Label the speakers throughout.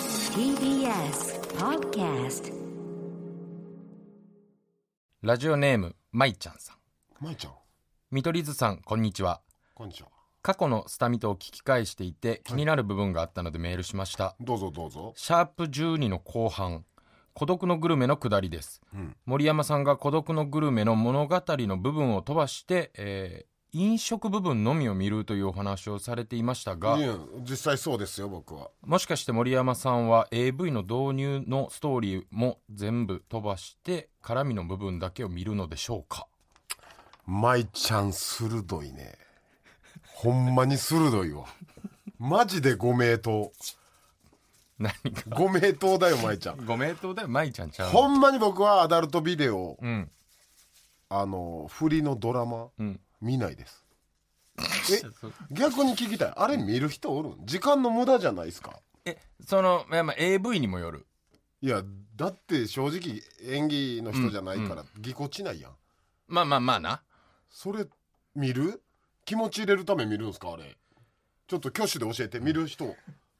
Speaker 1: TBS Podcast
Speaker 2: ラジオネームまいちゃんさん
Speaker 3: まいちゃん
Speaker 2: 見取り図さんこんにちは
Speaker 3: こんにちは
Speaker 2: 過去のスタミトを聞き返していて気になる部分があったのでメールしました、
Speaker 3: どうぞどうぞ
Speaker 2: シャープ12の後半孤独のグルメの下りです、
Speaker 3: うん
Speaker 2: 森山さんが孤独のグルメの物語の部分を飛ばして、えー飲食部分のみを見るというお話をされていましたが、
Speaker 3: いや実際そうですよ僕は
Speaker 2: もしかして森山さんは AV の導入のストーリーも全部飛ばして絡みの部分だけを見るのでしょうか
Speaker 3: まいちゃん鋭いねほんまに鋭いわマジでご名答
Speaker 2: 何か
Speaker 3: ご名答だよまいちゃん
Speaker 2: ご名答だよ舞ちゃんちゃう
Speaker 3: ほんまに僕はアダルトビデオ
Speaker 2: うん
Speaker 3: あの振りのドラマ
Speaker 2: うん
Speaker 3: 見ないですえ逆に聞きたいあれ見る人おるん時間の無駄じゃないですか
Speaker 2: えその、まあまあ、AV にもよる
Speaker 3: いやだって正直演技の人じゃないからぎこちないやん
Speaker 2: まあまあまあな
Speaker 3: それ見る気持ち入れるため見るんすかあれちょっと挙手で教えて見る人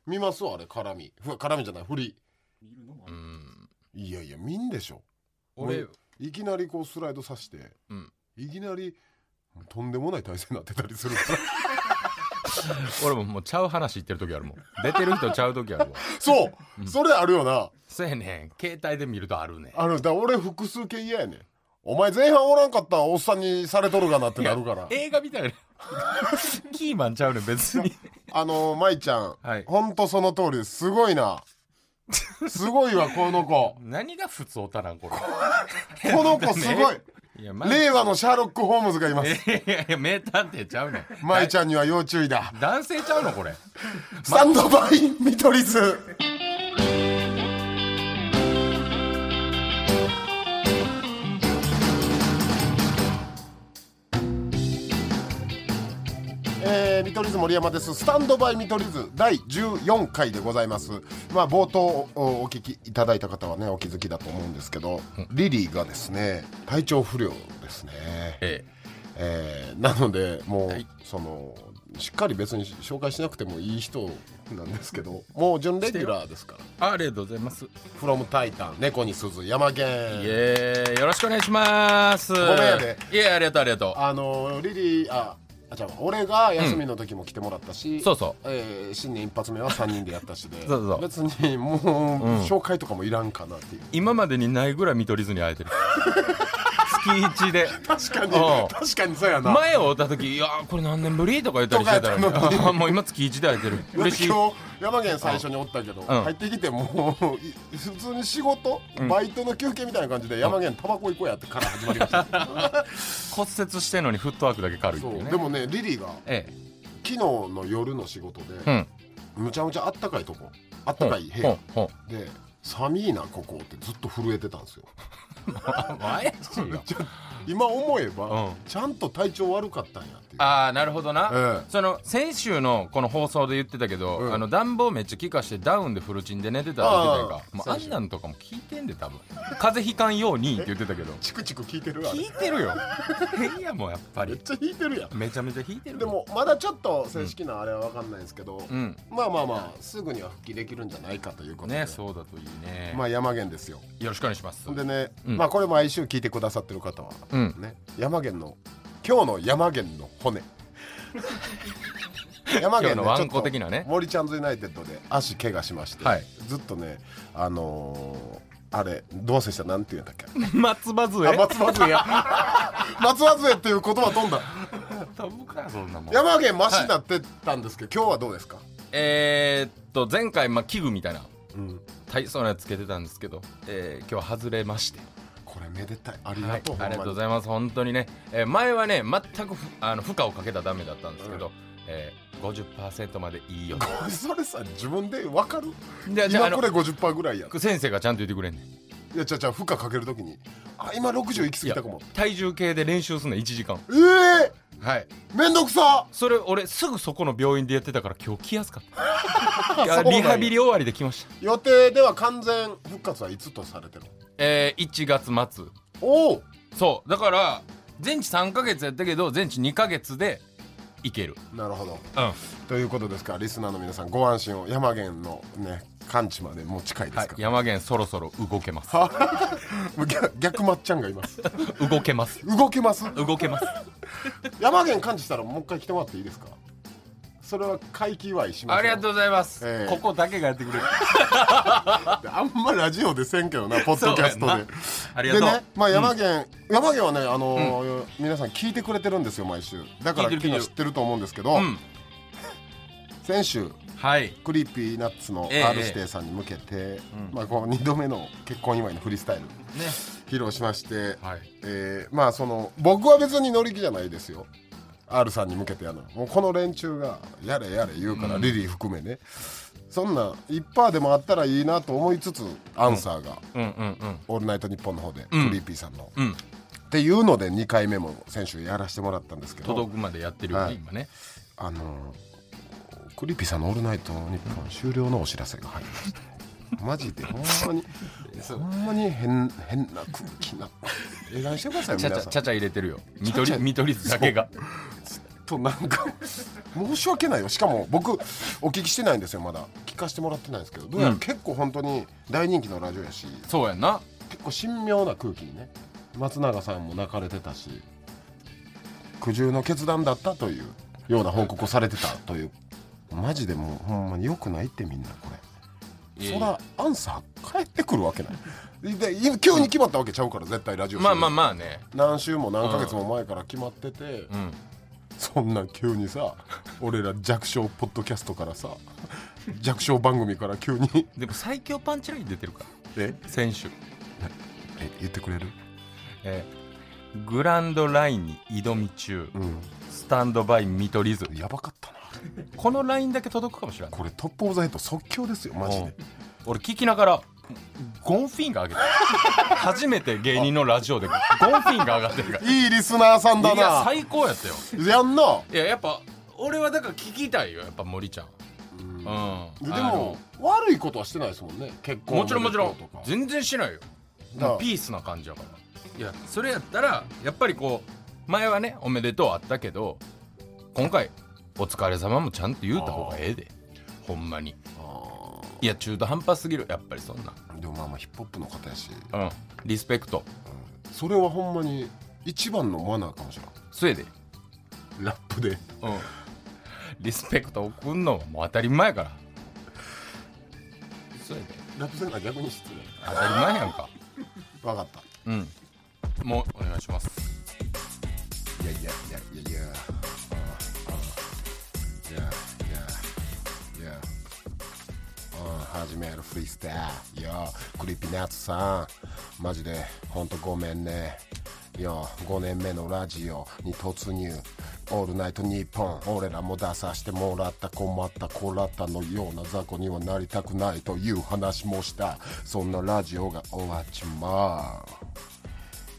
Speaker 3: 見ますあれ絡みふ絡みじゃない振り
Speaker 2: うん
Speaker 3: いやいや見んでしょ
Speaker 2: 俺
Speaker 3: もういきなりこうスライドさして、
Speaker 2: うん
Speaker 3: いきなりとんでもない体勢になってたりするから
Speaker 2: 俺ももうちゃう話言ってる時あるもん出てる人ちゃう時あるわ
Speaker 3: そう、それあるよな
Speaker 2: そうやねん携帯で見るとあるねん
Speaker 3: あのだ俺複数系嫌やねんお前前半おらんかったらおっさんにされとるがなってなるから
Speaker 2: 映画みたいな キーマンちゃうねん別 に
Speaker 3: あの舞ちゃん、
Speaker 2: はい
Speaker 3: ほんとその通りですすごいなすごいわこ の子
Speaker 2: 何が普通おたなんこ
Speaker 3: この子すごい
Speaker 2: れいや、まい、い
Speaker 3: 令和のシャーロック・ホームズがいます。
Speaker 2: やいや名探偵ちゃうねん
Speaker 3: 舞ちゃんには要注意だ。
Speaker 2: 男性ちゃうのこれ
Speaker 3: スタンドバイ見取り図。えー、見取り図森山ですスタンドバイ見取り図第14回でございますまあ冒頭おお聞きいただいた方はねお気づきだと思うんですけど、リリーがですね体調不良ですね
Speaker 2: え
Speaker 3: えーなのでもう、
Speaker 2: はい
Speaker 3: そのしっかり別に紹介しなくてもいい人なんですけどもう準レギュラーですから
Speaker 2: ありがとうございますイ
Speaker 3: 「from タイタン猫に鈴山源」
Speaker 2: エーイよろしくお願いしますご
Speaker 3: めんやで
Speaker 2: いやありがとうありがと
Speaker 3: あのリリーああじゃあ俺が休みの時も来てもらったし、
Speaker 2: んそうそう
Speaker 3: えー新年一発目は3人でやったしで
Speaker 2: そうそう
Speaker 3: 別にもう、紹介とかもいらんかなっていう
Speaker 2: う今までにないぐらい見取り図に会え てる月一で
Speaker 3: 確かに
Speaker 2: うん
Speaker 3: 確かにそうやな、
Speaker 2: 前を追った時「いやーこれ何年ぶり?」とか言ったりしてたら
Speaker 3: とかやったの
Speaker 2: あーもう今月一で会えてる
Speaker 3: だって
Speaker 2: 嬉しい
Speaker 3: 今日山源最初におったけど、入ってきてもうい普通に仕事、バイトの休憩みたいな感じで山源タバコ行こうやってから始まりました、
Speaker 2: 骨折してんのにフットワークだけ軽いって
Speaker 3: そ
Speaker 2: いう
Speaker 3: う
Speaker 2: ね
Speaker 3: でもねリリーが
Speaker 2: え
Speaker 3: 昨日の夜の仕事
Speaker 2: えう
Speaker 3: で、
Speaker 2: ん
Speaker 3: むちゃむちゃあったかいとこあったかい部
Speaker 2: ほ
Speaker 3: 屋
Speaker 2: んほん
Speaker 3: で寒いなここってずっと震えてたんですよ
Speaker 2: あ怪しいよ
Speaker 3: 今思え
Speaker 2: う
Speaker 3: ば
Speaker 2: ん
Speaker 3: ちゃんと体調悪かったんやっていう
Speaker 2: ああなるほどな、
Speaker 3: ええ
Speaker 2: その先週のこの放送で言ってたけど、
Speaker 3: うん
Speaker 2: あの暖房めっちゃ効かしてダウンでフルチンで寝てたって言ってたやんか
Speaker 3: ああ
Speaker 2: もうあ
Speaker 3: 先週
Speaker 2: んなんとかも聞いてんで多分風邪ひかんようにって言ってたけど
Speaker 3: チクチク効いてるあれ
Speaker 2: 聞いてるよいやもうやっぱ
Speaker 3: めっ
Speaker 2: り
Speaker 3: ちゃ効いてるやん
Speaker 2: めちゃめちゃ引いてるよ
Speaker 3: でもまだちょっと正式なあれは分かんないんですけど、
Speaker 2: うん
Speaker 3: まあまあまあすぐには復帰できるんじゃないかということで、
Speaker 2: ねそうだといいね、
Speaker 3: まあ山源ですよ
Speaker 2: よろしくお願いします
Speaker 3: ほんでね、
Speaker 2: うん
Speaker 3: まあこれ毎週聞いてくださってる方は、
Speaker 2: うん
Speaker 3: ね山源の今日の山源の 骨山
Speaker 2: 今日のワンコ的なね
Speaker 3: ちょっと森ちゃんズユナイテッドで足怪我しまして、
Speaker 2: はい
Speaker 3: ずっとねあのーあれどうせしたなんて言うんだっけ
Speaker 2: 松葉
Speaker 3: あ
Speaker 2: 杖
Speaker 3: 松葉杖 や松葉杖っていう言葉飛んだ
Speaker 2: 飛ぶかそんなもん
Speaker 3: 山源マシになってたんですけど、今日はどうですか、
Speaker 2: えー、っと前回、まあ、器具みたいな
Speaker 3: うん、
Speaker 2: 体操のやつつけてたんですけど、えー、今日は外れまして
Speaker 3: これめでたいあり
Speaker 2: は
Speaker 3: が
Speaker 2: い
Speaker 3: とう、、
Speaker 2: ありがとうご
Speaker 3: い
Speaker 2: ざいます本当にね、えー前はね全くふあの負荷をかけたらダメだったんですけど、えー、50%までいいよと
Speaker 3: ますそれさ自分で分かる
Speaker 2: じゃあじゃああ
Speaker 3: 今こ
Speaker 2: の
Speaker 3: れ50%ぐらいや
Speaker 2: 先生がちゃんと言ってくれんねん
Speaker 3: いやじゃじゃ負荷かけるときにあ今60行き過
Speaker 2: い
Speaker 3: ぎ
Speaker 2: や
Speaker 3: たかも
Speaker 2: 体重計で練習すんの1時間
Speaker 3: ええ
Speaker 2: はい
Speaker 3: ー、めんどくさ
Speaker 2: それ俺すぐそこの病院でやってたから今日来やすかった い
Speaker 3: そ
Speaker 2: や
Speaker 3: うなんや
Speaker 2: リハビリ終わりで来ました
Speaker 3: 予定では完全復活はいつとされてるの
Speaker 2: えー、1月末
Speaker 3: おお
Speaker 2: そうだから全治3ヶ月やったけど全治2ヶ月でいける
Speaker 3: なるほど
Speaker 2: うんは
Speaker 3: ということですからリスナーの皆さんご安心を山源のね完治までもう近いです
Speaker 2: い
Speaker 3: から、
Speaker 2: 山源そろそろ動けます
Speaker 3: もう逆逆まっちゃんがいます
Speaker 2: 動けます
Speaker 3: 動けます
Speaker 2: 動けます
Speaker 3: 山源完治したらもう一回来てもらっていいですかそれは回帰祝いします
Speaker 2: ありがとう
Speaker 3: う
Speaker 2: ございます、
Speaker 3: ええ
Speaker 2: ここだけがやって くれる
Speaker 3: あんまラジオでせんけどなポッドキャスト
Speaker 2: そうやん
Speaker 3: で
Speaker 2: なありがとう、
Speaker 3: でね、まあ、山源、山源はね、あのー皆さん聞いてくれてるんですよ毎週だから
Speaker 2: 聞いてる
Speaker 3: みんな知ってると思うんですけど、
Speaker 2: うん
Speaker 3: 先週
Speaker 2: はい
Speaker 3: クリーピーナッツの
Speaker 2: ええ
Speaker 3: R 指定さんに向けて、まあ、こう2度目の結婚祝いのフリースタイル
Speaker 2: ね
Speaker 3: 披露しまして、
Speaker 2: はい
Speaker 3: えーまあその僕は別に乗り気じゃないですよ R さんに向けてやるのもうこの連中がやれやれ言うから、リリー含めねそんなん1%でもあったらいいなと思いつつアンサーが
Speaker 2: うんうんうん
Speaker 3: 「オールナイトニッポン」の方で、クリーピーさんの、
Speaker 2: うん
Speaker 3: っていうので2回目も先週やらせてもらったんですけど
Speaker 2: 届くまでやってるよね、
Speaker 3: はい
Speaker 2: 今ね
Speaker 3: あのクリーピーさんの「オールナイトニッポン」終了のお知らせが入りましたマジでほんまにほんまに変変な空気なえらいしてください
Speaker 2: ちゃち
Speaker 3: 皆
Speaker 2: ゃ
Speaker 3: さん
Speaker 2: ちゃちゃ入れてるよ見取
Speaker 3: ちゃ
Speaker 2: り見取り図だけが
Speaker 3: となんか申し訳ないよしかも僕お聞きしてないんですよまだ聞かせてもらってないんですけどどうやら
Speaker 2: うん
Speaker 3: 結構本当に大人気のラジオやし
Speaker 2: そうやんな
Speaker 3: 結構神妙な空気にね松永さんも泣かれてたし苦渋の決断だったというような報告をされてたというマジでもうほんまに良くないってみんなこれ
Speaker 2: いや
Speaker 3: そ
Speaker 2: いや
Speaker 3: らアンサー返ってくるわけないで今急に決まったわけちゃうから絶対ラジオ
Speaker 2: まあまあまあね
Speaker 3: 何週も何ヶ月も前から決まってて、
Speaker 2: うん
Speaker 3: そんな急にさ俺ら弱小ポッドキャストからさ弱小番組から急に
Speaker 2: でも最強パンチライン出てるか
Speaker 3: え
Speaker 2: ら選手、
Speaker 3: え言ってくれる
Speaker 2: えーグランドラインに挑み中
Speaker 3: うん
Speaker 2: スタンドバイ見取り図
Speaker 3: やばかったな
Speaker 2: このラインだけ届くかもしれない
Speaker 3: これトップ・オブ・ザ・ヘッド即興ですよマジで
Speaker 2: 俺聞きながらゴンフィンが上げてる初めて芸人のラジオでゴンフィンが上がってるか
Speaker 3: いいリスナーさん
Speaker 2: ら
Speaker 3: だ
Speaker 2: いや
Speaker 3: な
Speaker 2: 最高やったよ
Speaker 3: やんない
Speaker 2: ややっぱ俺はだから聞きたいよやっぱ森ちゃんうん、
Speaker 3: で
Speaker 2: あ
Speaker 3: も
Speaker 2: の
Speaker 3: 悪いことはしてないですもんね結婚
Speaker 2: もちろんもちろん
Speaker 3: おめでとうとか
Speaker 2: 全然しないよ
Speaker 3: だから
Speaker 2: ピースな感じやからいやそれやったらやっぱりこう前はねおめでとうあったけど今回お疲れ様もちゃんと言うた方がええでほんまにいや中途半端すぎるやっぱりそんな
Speaker 3: あーでもまあまあヒップホップの方やし、
Speaker 2: うんリスペクト
Speaker 3: うんそれはほんまに一番のマナーかもしれん
Speaker 2: そやで
Speaker 3: ラップで
Speaker 2: うんリスペクト送んのはもう当たり前やからそやで
Speaker 3: ラップせんから逆に失礼
Speaker 2: 当たり前やんか
Speaker 3: 分かった
Speaker 2: うんもうお願いします
Speaker 3: いやいやいやいやいやいやいやいやうん始めるフリースタイルいやクリーピーナッツさんマジでほんとごめんねいや5年目のラジオに突入オールナイトニッポン俺らも出さしてもらった困ったこらったのような雑魚にはなりたくないという話もしたそんなラジオが終わっちま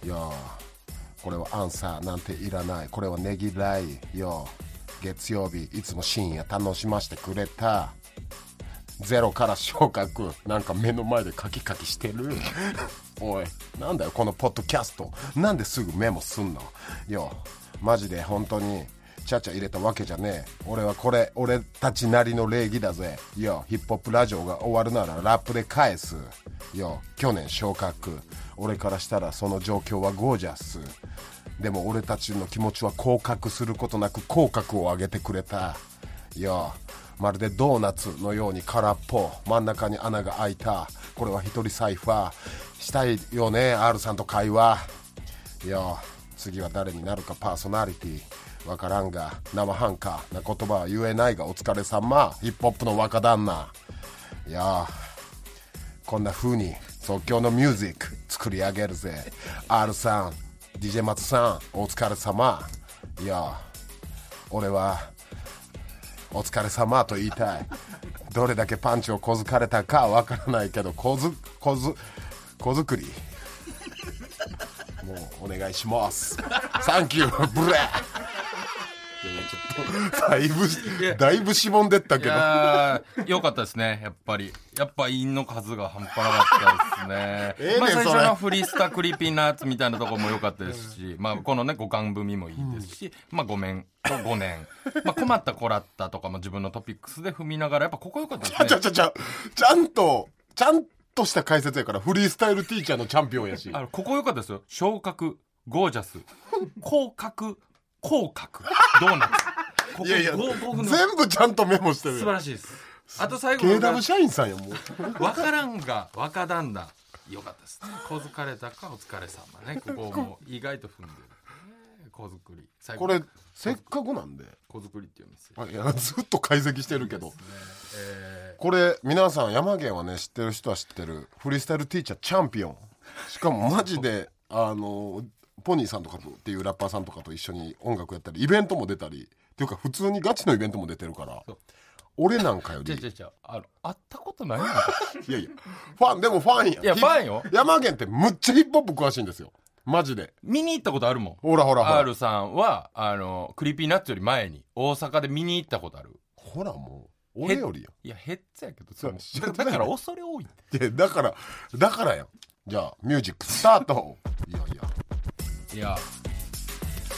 Speaker 3: ういやこれはアンサーなんていらないこれはねぎらいよ月曜日いつも深夜楽しませてくれたゼロから昇格なんか目の前でカキカキしてるおいなんだよこのポッドキャストなんですぐメモすんのよマジで本当にちゃちゃ入れたわけじゃねえ俺はこれ俺たちなりの礼儀だぜよヒップホップラジオが終わるならラップで返すよ去年昇格俺からしたらその状況はゴージャスでも俺たちの気持ちは降格することなく口角を上げてくれたよまるでドーナツのように空っぽ真ん中に穴が開いたこれは一人サイファーしたいよね R さんと会話よ次は誰になるかパーソナリティわからんが生半可な言葉は言えないがお疲れ様ヒップホップの若旦那いやこんな風に即興のミュージック作り上げるぜ R さん DJ 松さんお疲れ様いや俺はお疲れ様と言いたいどれだけパンチを小づかれたかわからないけど小づ小づ小作りもうお願いしますサンキューブレーだい
Speaker 2: や
Speaker 3: ぶだいぶしぼんでった
Speaker 2: い
Speaker 3: けど
Speaker 2: やーよかったですねやっぱりやっぱ韻の数が半端なかった ですね
Speaker 3: ええねん
Speaker 2: まあ、最
Speaker 3: そ
Speaker 2: 初
Speaker 3: れ
Speaker 2: の「フリスタクリーピーナッツ」みたいなとこも良かったですし、まあ、このね五感踏みもいいですし「まあ、ごめん」と「五年」まあ「困ったこらった」とかも自分のトピックスで踏みながらやっぱここ良かったですね
Speaker 3: ちゃちゃちゃちゃんとちゃんとした解説やからフリースタイルティーチャーのチャンピオンやし
Speaker 2: あのここ良かったですよ昇格ゴージャ ス降格降格ドーナツここ
Speaker 3: いやいや
Speaker 2: 合格の
Speaker 3: 全部ちゃんとメモしてる
Speaker 2: 素晴
Speaker 3: やん
Speaker 2: らしいですあと最後の
Speaker 3: KW 社員さんやもう
Speaker 2: わからんが若旦那よかったですね小疲れたかお疲れ様ねここをもう意外と踏んでる、ね、小作り最後
Speaker 3: これせっかくなんで
Speaker 2: 小作りっていう店
Speaker 3: あいやずっと解析してるけど
Speaker 2: ですね、え
Speaker 3: これ皆さん山源はね知ってる人は知ってるフリースタイルティーチャーチャンピオンしかもマジであのポニーさんとかとっていうラッパーさんとかと一緒に音楽やったりイベントも出たりっていうか普通にガチのイベントも出てるから
Speaker 2: そう
Speaker 3: 俺なんかよ
Speaker 2: ー、
Speaker 3: り
Speaker 2: 違う違う
Speaker 3: い
Speaker 2: 違うあの会ったことないの
Speaker 3: やいやファンでもファンや
Speaker 2: いや
Speaker 3: ヒ
Speaker 2: ファンよ
Speaker 3: 山源ってむっちゃヒップホップ詳しいんですよマジで
Speaker 2: 見に行ったことあるもん
Speaker 3: ほらほらほら
Speaker 2: R さんはあのクリーピーナッツより前に大阪で見に行ったことある
Speaker 3: ほらもう俺よりや
Speaker 2: いやヘッツやけど
Speaker 3: そう
Speaker 2: そのだから恐れ多いって
Speaker 3: いやだからだからやんじゃあミュージックスタートいやいや
Speaker 2: いや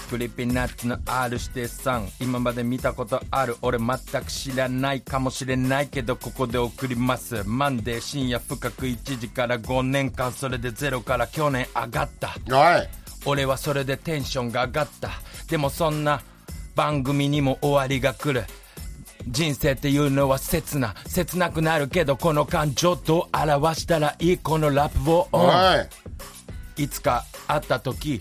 Speaker 2: クリーピーナッツの R 指定さん今まで見たことある俺全く知らないかもしれないけどここで送りますマンデー深夜深く1時から5年間それでゼロから去年上がった
Speaker 3: はい
Speaker 2: 俺はそれでテンションが上がったでもそんな番組にも終わりが来る人生っていうのは切な切なくなるけどこの感情どう表したらいいこのラップを、
Speaker 3: はい
Speaker 2: いつか会った時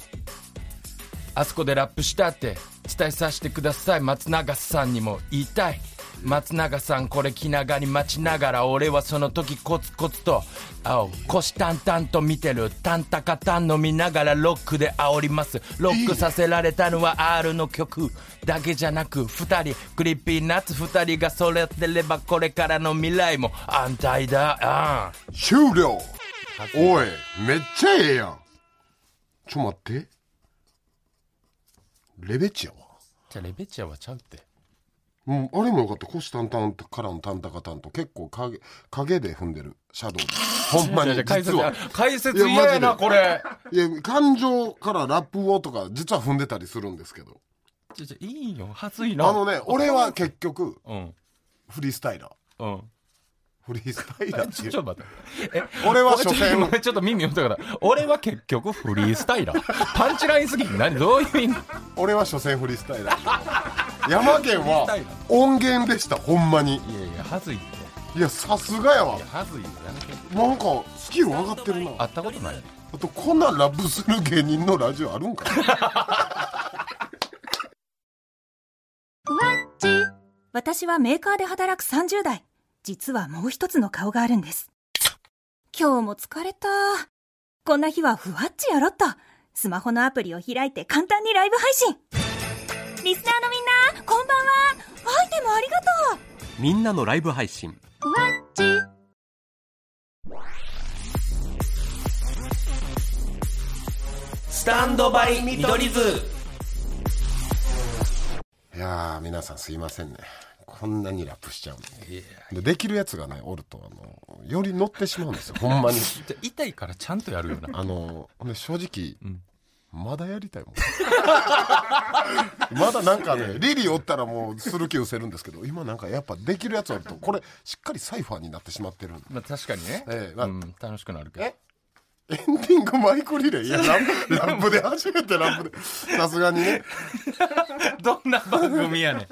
Speaker 2: あそこでラップしたって伝えさせてください松永さんにも言いたい松永さんこれ気長に待ちながら俺はその時コツコツと青腰淡々と見てるタンタカタン飲みながらロックで煽りますロックさせられたのは R の曲だけじゃなく2人クリッピーナッツ2人がそれてればこれからの未来も安泰だ、うん
Speaker 3: 終了おいめっちゃええやんちょ待ってレベチやわ
Speaker 2: じゃあレベチアはちゃうって
Speaker 3: うんあれもよかった虎視眈々からのタンタカタンと結構影影で踏んでるシャ ドウでほんまに
Speaker 2: じゃあ解
Speaker 3: 実
Speaker 2: 説
Speaker 3: は
Speaker 2: 解説嫌や
Speaker 3: いやマ
Speaker 2: な
Speaker 3: ジ
Speaker 2: こ
Speaker 3: で
Speaker 2: れ
Speaker 3: いや感情からラップをとか実は踏んでたりするんですけど
Speaker 2: ちょちょいいよ恥ずいな
Speaker 3: あのね俺は結局
Speaker 2: うん
Speaker 3: フリースタイラー
Speaker 2: うん
Speaker 3: フリースタイラーってい
Speaker 2: ちょ
Speaker 3: う
Speaker 2: っと待ってえ
Speaker 3: 俺は
Speaker 2: ちょ
Speaker 3: 所詮
Speaker 2: ごめんちょっと耳を打ったから俺は結局フリースタイラ ーパンチラインすぎる何どういう意味
Speaker 3: 俺は所詮フリースタイラ ー山源は
Speaker 2: フリースタイラ
Speaker 3: 音源でしたほんまに
Speaker 2: いやいや恥ずいって
Speaker 3: いやさすがやわ
Speaker 2: いや恥ずいよやめて
Speaker 3: なんかスキル上がってるな
Speaker 2: 会ったことない
Speaker 3: あとこんなラップする芸人のラジオあるんか
Speaker 4: 私はメーカーで働く30代。実はもう一つの顔があるんです。今日も疲れた。こんな日はふわっちやろっと。スマホのアプリを開いて簡単にライブ配信。リスナーのみんな、こんばんは。アイテムありがとう。
Speaker 5: みんなのライブ配信
Speaker 6: スタンドバイ見取り図
Speaker 3: いやー皆さんすいませんねこんなにラップしちゃうんででできるやつがねおるとあのより乗ってしまうんですよほんまに
Speaker 2: じゃ痛いからちゃんとやるよな
Speaker 3: あのほんで正直、まだやりたいもん まだなんかねリリーおったらもうする気失せるんですけど今なんかやっぱできるやつおるとこれしっかりサイファーになってしまってるんで
Speaker 2: まあ確かにね
Speaker 3: ええまあ
Speaker 2: うん楽しくなるけど
Speaker 3: えエンディングマイクリレーいやラッ プラップで初めてラップでさすがにね
Speaker 2: どんな番組やねん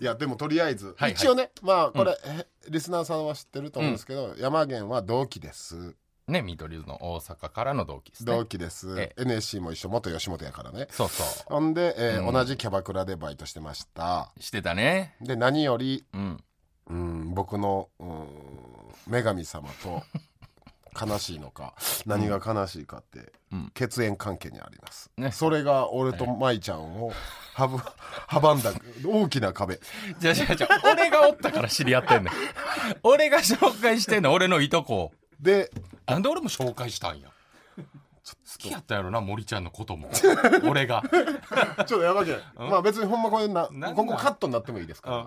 Speaker 3: いやでもとりあえず、
Speaker 2: はいはい
Speaker 3: 一応ねまあこれ、えリスナーさんは知ってると思うんですけど、山源は同期です
Speaker 2: ね見取り図の大阪からの同期ですね
Speaker 3: 同期です、
Speaker 2: え
Speaker 3: NSC も一緒元吉本やからね
Speaker 2: そうそ
Speaker 3: ほんで、えー同じキャバクラでバイトしてました
Speaker 2: うしてたね
Speaker 3: で何より
Speaker 2: うん
Speaker 3: うん僕のうん女神様 と悲しいのか何が悲しいかって、
Speaker 2: ん
Speaker 3: 血縁関係にあります、
Speaker 2: ね
Speaker 3: それが俺と舞ちゃんをはぶ阻んだ大きな壁
Speaker 2: じゃあじゃあじゃあ俺がおったから知り合ってんねん俺が紹介してんの俺のいとこを
Speaker 3: で
Speaker 2: なんで俺も紹介したんや好きやったやろな森ちゃんのことも俺が
Speaker 3: ちょっとやばいじゃない。まあ別にほんまこれな、
Speaker 2: なんだ
Speaker 3: 今後カットになってもいいですから。
Speaker 2: うん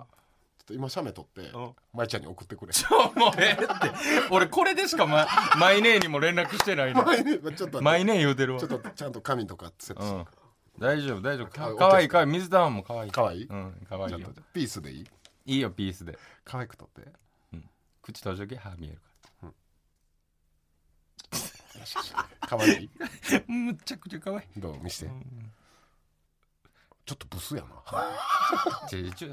Speaker 3: ちょっと今写メ撮って
Speaker 2: ん、
Speaker 3: 舞ちゃんに送ってくれ。
Speaker 2: もうええって俺これでしか、ま、マイネーにも連絡してないの
Speaker 3: 前にちょっと
Speaker 2: マ
Speaker 3: 待
Speaker 2: イ
Speaker 3: って、
Speaker 2: ネー言うてるわ
Speaker 3: ちょっとちゃんと髪とかセット
Speaker 2: う
Speaker 3: す
Speaker 2: ん
Speaker 3: る。
Speaker 2: 大丈夫大丈夫
Speaker 3: あ
Speaker 2: か
Speaker 3: お
Speaker 2: かわいい
Speaker 3: 手
Speaker 2: かわいい水玉もかわいい
Speaker 3: かわいい
Speaker 2: うんかわいい
Speaker 3: ちょっ
Speaker 2: よ
Speaker 3: とピースでいい
Speaker 2: いいよピースで
Speaker 3: 可愛く撮って。
Speaker 2: 口閉じとけ歯見えるか
Speaker 3: 可愛い
Speaker 2: らむっちゃくちゃかわいい
Speaker 3: どう見して。ちょっとブスやな。
Speaker 2: ちょちょ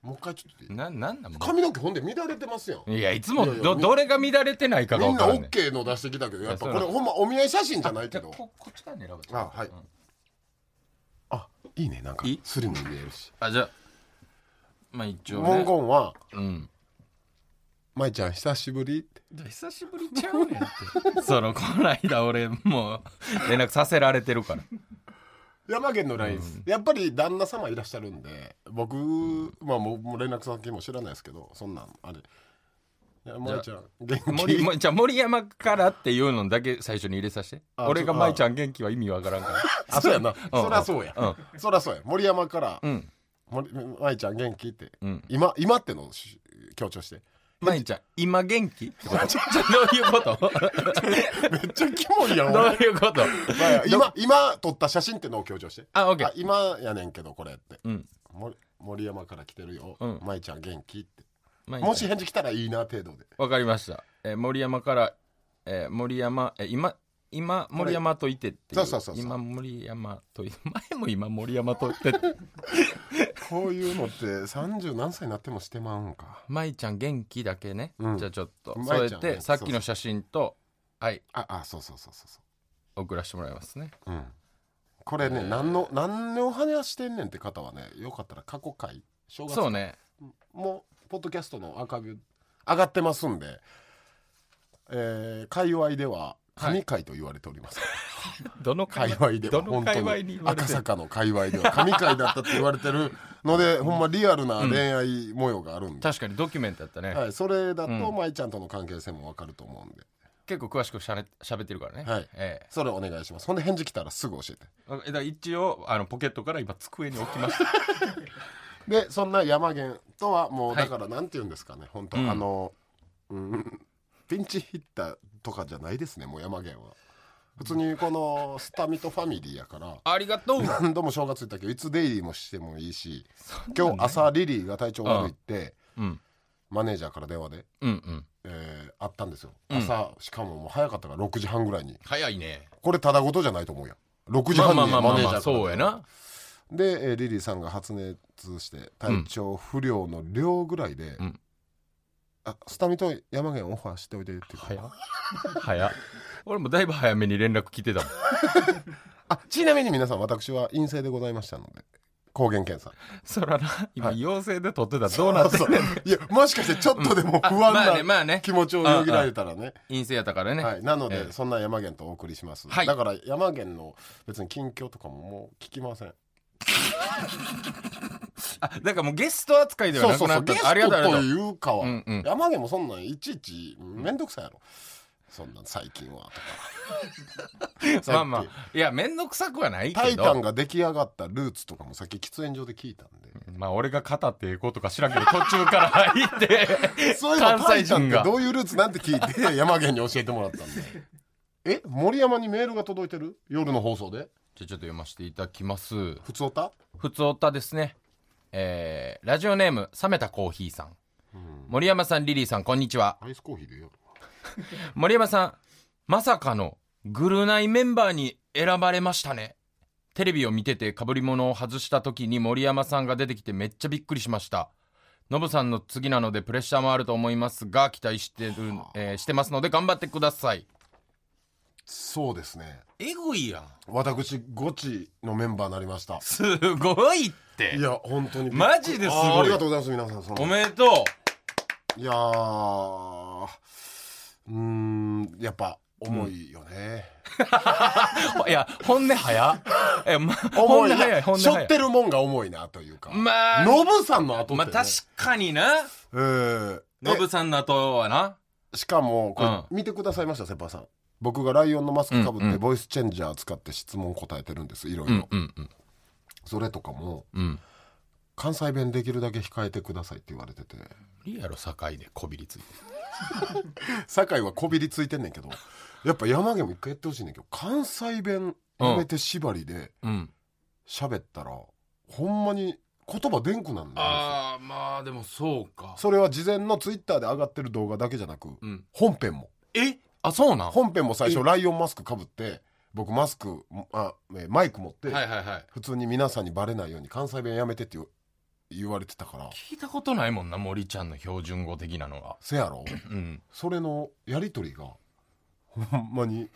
Speaker 3: もう一回ちょっといい
Speaker 2: ななんなんも
Speaker 3: 髪の毛ほんで乱れてますやん。
Speaker 2: ういやいつも
Speaker 3: いやいや
Speaker 2: ど
Speaker 3: み
Speaker 2: どれが乱れてないかが
Speaker 3: みん
Speaker 2: 分か
Speaker 3: な
Speaker 2: ら
Speaker 3: オ
Speaker 2: んね
Speaker 3: ッケーの出してきたけど、やっぱこれ
Speaker 2: いやそう
Speaker 3: ほんまお見合い写真じゃないけど。
Speaker 2: ここっちから狙う
Speaker 3: あ、はい。あ、いいね、なんか
Speaker 2: いい。
Speaker 3: スリムに見えるし。
Speaker 2: あじゃあまあ一応
Speaker 3: 文
Speaker 2: ね
Speaker 3: 言は、
Speaker 2: うん
Speaker 3: 舞ちゃん久しぶりって。
Speaker 2: 久しぶりちゃうねんって そのこの間俺もう連絡させられてるから
Speaker 3: 山源の LINE です、やっぱり旦那様いらっしゃるんで僕、まあもうもう連絡先も知らないですけどそんなんあれ山ちゃん元気
Speaker 2: 森もじゃあ森山からっていうのだけ最初に入れさせて
Speaker 3: あ
Speaker 2: 俺が
Speaker 3: そう
Speaker 2: 舞ちゃん元気は意味わからんから
Speaker 3: あそうやな、
Speaker 2: うん
Speaker 3: そりゃそうや、そりゃそうや森山から
Speaker 2: うん
Speaker 3: 「森舞ちゃん元気?」って、
Speaker 2: ん
Speaker 3: 今今ってのをし強調して
Speaker 2: 舞ちゃん今元 気ってことちょどういうこと
Speaker 3: めっちゃキモいやん
Speaker 2: どう
Speaker 3: 俺
Speaker 2: いうこと
Speaker 3: まあ今今撮った写真ってのを強調して
Speaker 2: あオッケー
Speaker 3: 今やねんけどこれって、
Speaker 2: ん
Speaker 3: 森森山から来てるよ、
Speaker 2: うん
Speaker 3: 舞ちゃん元気って
Speaker 2: 舞ちゃん
Speaker 3: もし返事来たらいいな程度で
Speaker 2: わかりました、えー森山から、えー森山、えー今今森山といてってい
Speaker 3: そううそうそうそう
Speaker 2: 今森山とい 前も今森山といて
Speaker 3: こういうのって三十何歳になってもしてまうんか。
Speaker 2: 舞ちゃん元気だけね、
Speaker 3: うん
Speaker 2: じゃあちょっと添
Speaker 3: 舞
Speaker 2: え
Speaker 3: ちゃん
Speaker 2: て
Speaker 3: ね
Speaker 2: さっきの写真とはい
Speaker 3: あ、あ、そうそうそうそうそ
Speaker 2: 送らせてもらいますね
Speaker 3: う。うん。これね、何の何の話してんねんって方はね、よかったら過去回正月
Speaker 2: そうね
Speaker 3: もうポッドキャストのアーカイブ上がってますんで、えー、界隈では神回と言われております。
Speaker 2: どの
Speaker 3: 界隈で
Speaker 2: ど
Speaker 3: は
Speaker 2: の
Speaker 3: 本
Speaker 2: 界
Speaker 3: 当
Speaker 2: 隈に
Speaker 3: に
Speaker 2: 言われ
Speaker 3: 赤
Speaker 2: てる
Speaker 3: 坂の界隈では神回だったって言われてる ので、ほんまリアルな恋愛模様があるんで。
Speaker 2: 確かにドキュメントだったね、
Speaker 3: はい、それだと舞ちゃんとの関係性もわかると思うんで、
Speaker 2: 結構詳しくしゃべしゃべってるからね、
Speaker 3: はい
Speaker 2: ええ
Speaker 3: それお願いしますほんで返事来たらすぐ教えて
Speaker 2: だから一応あのポケットから今机に置きま した
Speaker 3: でそんな山源とはもうだからなんて言うんですかね、本当、あの、うん、ピンチヒッターとかじゃないですねもう山源は普通にこのスタミトファミリーやから
Speaker 2: ありがとう
Speaker 3: 何度も正月行ったけどいつ出入りもしてもいいし今日朝リリーが体調悪いって、
Speaker 2: うん
Speaker 3: マネージャーから電話で、
Speaker 2: うんうん
Speaker 3: えー、あったんですよ朝、しかももう早かったから6時半ぐらいに
Speaker 2: 早いね
Speaker 3: これただごとじゃないと思うやん6時
Speaker 2: まあ
Speaker 3: 半
Speaker 2: まあ
Speaker 3: に
Speaker 2: まあ
Speaker 3: マ
Speaker 2: まあ
Speaker 3: ネ
Speaker 2: ま
Speaker 3: ージャーから
Speaker 2: あそうやな
Speaker 3: で、えーリリーさんが発熱して体調不良の量ぐらいで、
Speaker 2: ん
Speaker 3: あスタミと山源オファーしておいでっていう
Speaker 2: 早っ早っ俺もだいぶ早めに連絡来てたもん
Speaker 3: あちなみに皆さん私は陰性でございましたので抗原検査
Speaker 2: そらな今陽性で撮ってたらどうなってん ねん
Speaker 3: いやもしかしてちょっとでも不安
Speaker 2: まあねまあ
Speaker 3: な
Speaker 2: ね
Speaker 3: 気持ちをよぎられたらね
Speaker 2: 陰性やったからね、
Speaker 3: はい、なので、
Speaker 2: ええ
Speaker 3: そんな山源とお送りします、
Speaker 2: はい
Speaker 3: だから山源の別に近況とかももう聞きません
Speaker 2: あだからもうゲスト扱いでは
Speaker 3: そう
Speaker 2: な
Speaker 3: そ
Speaker 2: く
Speaker 3: う
Speaker 2: なった
Speaker 3: そうゲス
Speaker 2: ありがとうあり
Speaker 3: トと
Speaker 2: がとう
Speaker 3: いうかは、
Speaker 2: うんうん
Speaker 3: 山源もそんなんいちいち面倒くさいやろそんなん最近はとか
Speaker 2: まあまあいや面倒くさくはない
Speaker 3: タ
Speaker 2: け
Speaker 3: イタン
Speaker 2: ど
Speaker 3: が出来上がったルーツとかもさっき喫煙所で聞いたんで。
Speaker 2: まあ俺が語っていこうとか知らんけど途中から入 って
Speaker 3: そういうの
Speaker 2: 関
Speaker 3: タ
Speaker 2: 西
Speaker 3: イタ
Speaker 2: 人
Speaker 3: ンって
Speaker 2: が
Speaker 3: どういうルーツなんて聞い て山源に教えてもらったんで。え森山にメールが届いてる夜の放送で
Speaker 2: じゃあちょっと読ませていただきます
Speaker 3: 普通おた
Speaker 2: ふつおたですね。えーラジオネーム、冷めたコーヒーさん。森山さん、リリーさん、こんにちは。
Speaker 3: アイスコーヒーでよ。
Speaker 2: 森山さん、まさかのグルナイメンバーに選ばれましたね。テレビを見てて被り物を外した時に森山さんが出てきてめっちゃびっくりしました。ノブさんの次なのでプレッシャーもあると思いますが、期待してる、えーしてますので頑張ってください。
Speaker 3: そうですね。
Speaker 2: えぐいやん。
Speaker 3: 私、ゴチのメンバーになりました。
Speaker 2: すごいって
Speaker 3: いや、本当にびっくり。
Speaker 2: マジですごい
Speaker 3: あーありがとうございます、皆さんその。
Speaker 2: おめでと
Speaker 3: いやー、うーん、やっぱ、重いよね。
Speaker 2: う。いや、本音早っ。え、ま、本
Speaker 3: 重
Speaker 2: 音
Speaker 3: い
Speaker 2: 早い、本音
Speaker 3: しょ
Speaker 2: 早い。
Speaker 3: ってるもんが重いなというか。
Speaker 2: まあ
Speaker 3: ノブさんの後って、ね。
Speaker 2: まあ確かにな。
Speaker 3: えー
Speaker 2: ノブさんの後はな。
Speaker 3: えしかも、これ
Speaker 2: うん
Speaker 3: 見てくださいました、セパさん。僕がライオンのマスクかぶ
Speaker 2: う
Speaker 3: っ
Speaker 2: んう
Speaker 3: て
Speaker 2: ん
Speaker 3: ボイスチェンジャー使って質問答えてるんですいろいろ、
Speaker 2: うんうんうん
Speaker 3: それとかも
Speaker 2: うん
Speaker 3: 関西弁できるだけ控えてくださいって言われてて
Speaker 2: いいやろ堺でこびりついて
Speaker 3: 酒井はこびりついてんねん けどやっぱ山毛も一回やってほしいねんけど関西弁やめて縛りで
Speaker 2: うん
Speaker 3: 喋ったら、ほんまに言葉でんくなんだよ
Speaker 2: ああまあでもそうか
Speaker 3: それは事前のツイッターで上がってる動画だけじゃなく、
Speaker 2: うん
Speaker 3: 本編も
Speaker 2: えあそうなん
Speaker 3: 本編も最
Speaker 2: え
Speaker 3: 初ライオンマスクかぶって僕マスクあえマイク持って、
Speaker 2: はいはいはい
Speaker 3: 普通に皆さんにバレないように関西弁やめてって言う言われてたから
Speaker 2: 聞いたことないもんな森ちゃんの標準語的なのが
Speaker 3: せや ろ
Speaker 2: うん
Speaker 3: それのやり取りがほんまに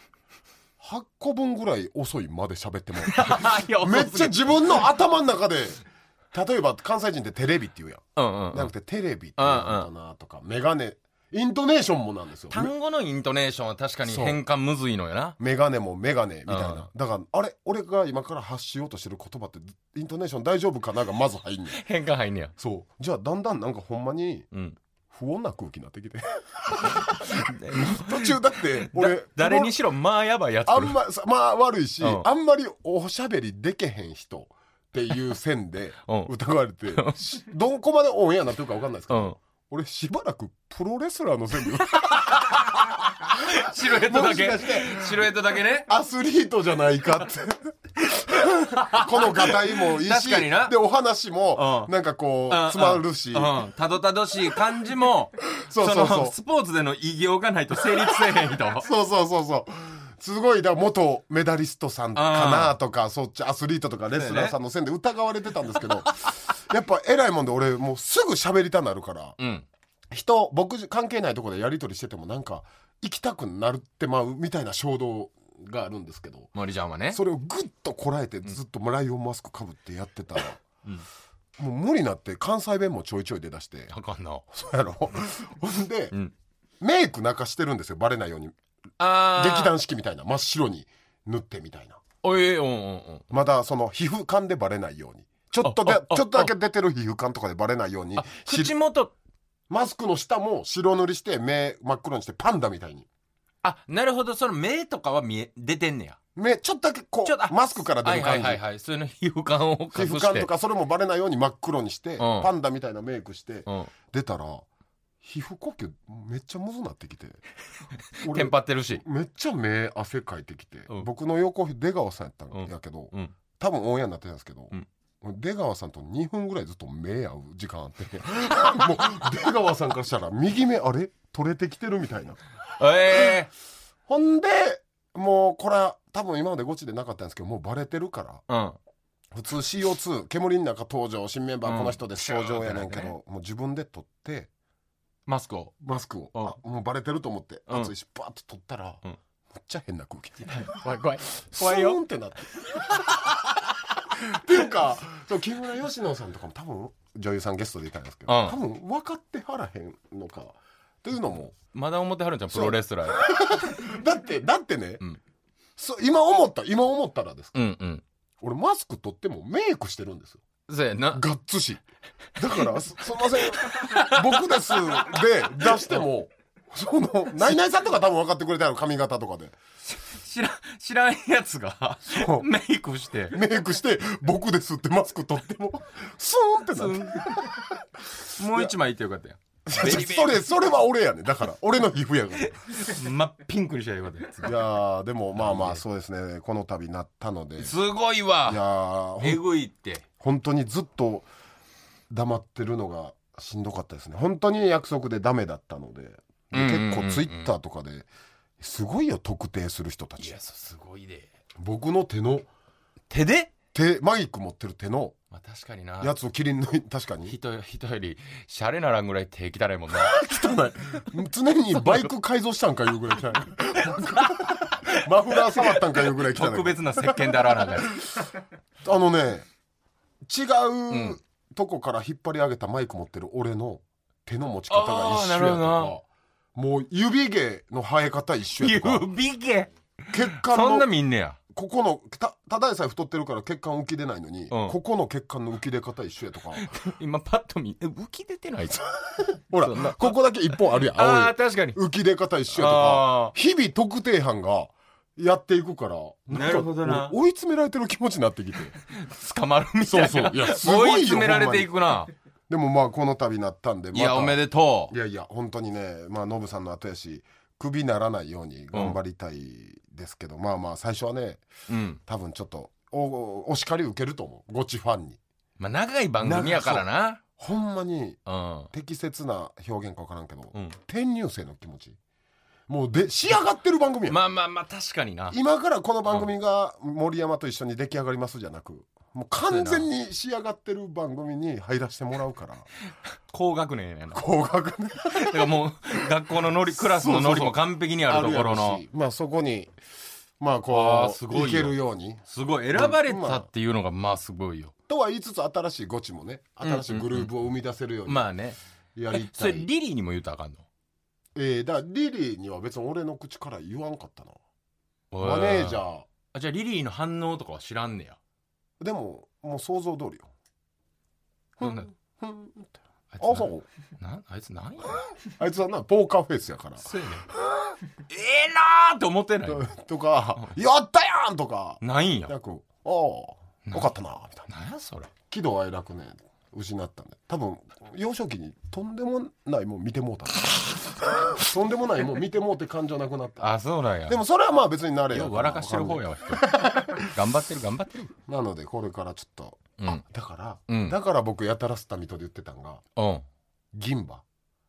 Speaker 3: 8個分ぐらい遅いまで喋っても らっ
Speaker 2: いや
Speaker 3: てめっちゃ自分の頭の中で例えば関西人ってテレビって言うやん
Speaker 2: うんうん
Speaker 3: じゃなくてテレビって言うのかなとか眼鏡イントネーションもなんですよ
Speaker 2: 単語のイントネーションは確かに
Speaker 3: そう
Speaker 2: 変換むずいのよな
Speaker 3: メガネもメガネみたい
Speaker 2: うん
Speaker 3: なだからあれ俺が今から発しようとしてる言葉ってイントネーション大丈夫かながまず 入んねん
Speaker 2: 変換入んねや
Speaker 3: そうじゃあだんだんなんかほんまに
Speaker 2: うん
Speaker 3: 不穏な空気になって きて途中だって俺
Speaker 2: だ誰にしろまあやばいやつ
Speaker 3: あ
Speaker 2: 来る
Speaker 3: んまさまあ悪いし、
Speaker 2: うん
Speaker 3: あんまりおしゃべりでけへん人っていう線で
Speaker 2: うん
Speaker 3: 疑われて、しどこまでオンエアになってるか分かんないですけ
Speaker 2: う
Speaker 3: ど、
Speaker 2: ん
Speaker 3: 俺しばらくプロレスラーの線で
Speaker 2: シルエットだ
Speaker 3: もし
Speaker 2: け
Speaker 3: かして
Speaker 2: シルエットだけね
Speaker 3: アスリートじゃないか ってこのがたいもいいし
Speaker 2: 確かにな
Speaker 3: でお話も
Speaker 2: うん
Speaker 3: なんかこう
Speaker 2: うん
Speaker 3: 詰まるし、
Speaker 2: うんたどたどしい感じも
Speaker 3: そうそうそう
Speaker 2: のスポーツでの異業がないと成立せえへん人
Speaker 3: そうそうそうそうすごいだから元メダリストさんかなとかそっちアスリートとかレスラーさんの線で疑われてたんですけど、やっぱ偉いもんで俺もうすぐ喋りたなるから
Speaker 2: うん
Speaker 3: 人僕関係ないとこでやり取りしててもなんか行きたくなるってまうみたいな衝動があるんですけど
Speaker 2: 森ちゃんはね
Speaker 3: それをぐっとこらえてずっとライオンマスクかぶってやってたら、もう無理になって関西弁もちょいちょい出だして
Speaker 2: あかんな
Speaker 3: そうやろ ほんで、
Speaker 2: ん
Speaker 3: メイク泣かしてるんですよバレないように
Speaker 2: あー
Speaker 3: 劇団四季みたいな真っ白に塗ってみたいな
Speaker 2: おいえうんうんうん
Speaker 3: まだその皮膚感でバレないようにちょっとで
Speaker 2: あ
Speaker 3: ち
Speaker 2: ああ
Speaker 3: ょっとだけ出てる皮膚感とかでバレないように
Speaker 2: あ
Speaker 3: し
Speaker 2: 口元
Speaker 3: マスクの下も白塗りして目真っ黒にしてパンダみたいに
Speaker 2: あなるほどその目とかは見え出てんねや
Speaker 3: 目ちょっとだけこ
Speaker 2: ちょっとあ
Speaker 3: うマスクから出る感じ
Speaker 2: はいはいはいはいそういうの皮膚感を隠
Speaker 3: 皮
Speaker 2: して
Speaker 3: 膚感とかそれもバレないように真っ黒にして、パンダみたいなメイクして、
Speaker 2: うん
Speaker 3: 出たら皮膚呼吸めっちゃむずなって きて
Speaker 2: テ
Speaker 3: 俺
Speaker 2: ンパってるし
Speaker 3: めっちゃ目汗かいてきて、
Speaker 2: うん
Speaker 3: 僕の横出川さんやったんやけど、
Speaker 2: うん
Speaker 3: 多分オンエアになってたんですけど、
Speaker 2: うん
Speaker 3: 出川さんと2分ぐらいずっと目合う時間あって もう出川さんからしたら右目あれ取れてきてるみたいな
Speaker 2: ええ
Speaker 3: ほんでもうこれは多分今までゴチでなかったんですけどもうバレてるから
Speaker 2: うん
Speaker 3: 普通 CO2 煙の中登場新メンバ
Speaker 2: うん
Speaker 3: ーこの人で症状やねんけ
Speaker 2: シューってなってね
Speaker 3: ど、もう自分で取って
Speaker 2: マスクを
Speaker 3: マスクを、
Speaker 2: うん
Speaker 3: あもうバレてると思って、
Speaker 2: うん
Speaker 3: 熱いしバーッと取ったら、
Speaker 2: うん
Speaker 3: めっちゃ変な空気
Speaker 2: 怖い怖い
Speaker 3: 怖いよンってなって っていうかそう木村佳乃さんとかも多分女優さんゲストでいたんですけど、
Speaker 2: うん
Speaker 3: 多分分かってはらへんのかというのも
Speaker 2: まだ思ってはるんちゃんプロレスラーや
Speaker 3: だってだってね、
Speaker 2: うん
Speaker 3: そう今思った今思ったらです
Speaker 2: うんうん
Speaker 3: 俺マスク取ってもメイクしてるんですよ
Speaker 2: そうやな
Speaker 3: がっつしだからすすいません僕ですで出してもそのナイナイさんとか多分分かってくれたの髪型とかで
Speaker 2: 知らん知らんやつが
Speaker 3: そう
Speaker 2: メイクして
Speaker 3: メイクして「僕です」ってマスク取ってもスーンってなって
Speaker 2: もう一枚いってよかったやん
Speaker 3: それそれは俺やねだから俺の皮膚やか
Speaker 2: 真っピンクにしたらよかったやつ
Speaker 3: らいやーでもまあまあそうですねこの度なったのでい
Speaker 2: すごい
Speaker 3: や
Speaker 2: わ
Speaker 3: ーほん
Speaker 2: えぐいって
Speaker 3: 本当にずっと黙ってるのがしんどかったですね本当に約束でダメだったので
Speaker 2: うんうんうんうん
Speaker 3: 結構ツイッターとかですごいよ特定する人た
Speaker 2: い
Speaker 3: ち
Speaker 2: やそうすごいで
Speaker 3: 僕の手の
Speaker 2: 手で
Speaker 3: 手マイク持ってる手の
Speaker 2: まあ確かにな
Speaker 3: やつを切り抜い確かに
Speaker 2: 人人よりシャレならんぐらい手汚いもん な
Speaker 3: 汚い常にバイク改造したんかいうぐらい汚い マフラー触ったんかいうぐらい汚い
Speaker 2: 特別な石鹸で洗わなあかんや
Speaker 3: あのね違ううんとこから引っ張り上げたマイク持ってる俺の手の持ち方が一緒や
Speaker 2: あーなるほ
Speaker 3: と
Speaker 2: ど
Speaker 3: かもう指毛の生え方一緒
Speaker 2: つ
Speaker 3: やと か
Speaker 2: 指毛
Speaker 3: 血管
Speaker 2: そんな
Speaker 3: の
Speaker 2: 見んねや
Speaker 3: ここのたただでさえ太ってるから血管浮き出ないのに、
Speaker 2: ん
Speaker 3: ここの血管の浮き出方一緒やとか
Speaker 2: 今パッと見え浮き出てないぞ
Speaker 3: ほら
Speaker 2: そんな
Speaker 3: ここだけ一本あるやん
Speaker 2: ああ
Speaker 3: 青
Speaker 2: 確かに
Speaker 3: い浮き出方一緒やとか
Speaker 2: あ
Speaker 3: 日々特定班がやっていくからん
Speaker 2: な
Speaker 3: か
Speaker 2: るほどな
Speaker 3: 俺追い詰められてる気持ちにな ってきて
Speaker 2: ー捕まるみたいな
Speaker 3: そうそうい やす
Speaker 2: 追
Speaker 3: ごいよ
Speaker 2: い詰められていくな
Speaker 3: でもまあこの度なったんでま
Speaker 2: い
Speaker 3: た
Speaker 2: やおめでと
Speaker 3: いやいや本当にねまあノブさんの後やしクビならないように頑張りたいですけど、まあまあ最初はね
Speaker 2: ううん
Speaker 3: 多分ちょっとおお叱り受けると思うゴチファンに
Speaker 2: まあ長い番組やからな
Speaker 3: ほんまに
Speaker 2: うん
Speaker 3: 適切な表現か分からんけど、
Speaker 2: うん
Speaker 3: 転入生の気持ちもうで仕上がってる番組や、
Speaker 2: まあまあまあ確かにな
Speaker 3: 今からこの番組が森山と一緒に出来上がりますじゃなくもう完全に仕上がってる番組に入らせてもらうから
Speaker 2: 高学年やな
Speaker 3: 高額ね
Speaker 2: だからもう学校のノリクラスのノリも完璧にあるところ
Speaker 3: あるや
Speaker 2: の
Speaker 3: ろしまあそこにまあ
Speaker 2: あー
Speaker 3: こ
Speaker 2: す
Speaker 3: う
Speaker 2: ごいよ
Speaker 3: いけるように
Speaker 2: すごい選ばれたっていうのがまあすごいよ
Speaker 3: とは言いつつ新しいゴチもね新しいグループを生み出せるように
Speaker 2: まあね
Speaker 3: や
Speaker 2: え
Speaker 3: り
Speaker 2: そ
Speaker 3: たい、
Speaker 2: れリリーにも言うたらあかんの
Speaker 3: えーだからリリーには別に俺の口から言わんかったなマネージャ
Speaker 2: ー
Speaker 3: ー
Speaker 2: あじゃあリリーの反応とかは知らんねや
Speaker 3: でももう想像通りよ
Speaker 2: どんな
Speaker 3: ふんって
Speaker 2: あいつ
Speaker 3: あ
Speaker 2: な
Speaker 3: そう
Speaker 2: なあいつなんや
Speaker 3: あいつはなポーカーフェイスやから
Speaker 2: そうやねんええなーって思ってない
Speaker 3: とか「やったやん!」とか
Speaker 2: ないんや
Speaker 3: なんか「おあよかったな」みたいな
Speaker 2: なんやそれ
Speaker 3: 喜怒哀楽ね失ったんで多分幼少期にとんでもないもん見てもうた とんでもないもん見てもうて感情なくなった
Speaker 2: あそうなんや
Speaker 3: でもそれはまあ別になれ
Speaker 2: よ
Speaker 3: よ
Speaker 2: う笑かしてる方やわ人頑張ってる頑張ってる
Speaker 3: なのでこれからちょっと、
Speaker 2: うん
Speaker 3: あだから、
Speaker 2: うん
Speaker 3: だから僕やたらすたみとで言ってたんが
Speaker 2: うん
Speaker 3: 銀歯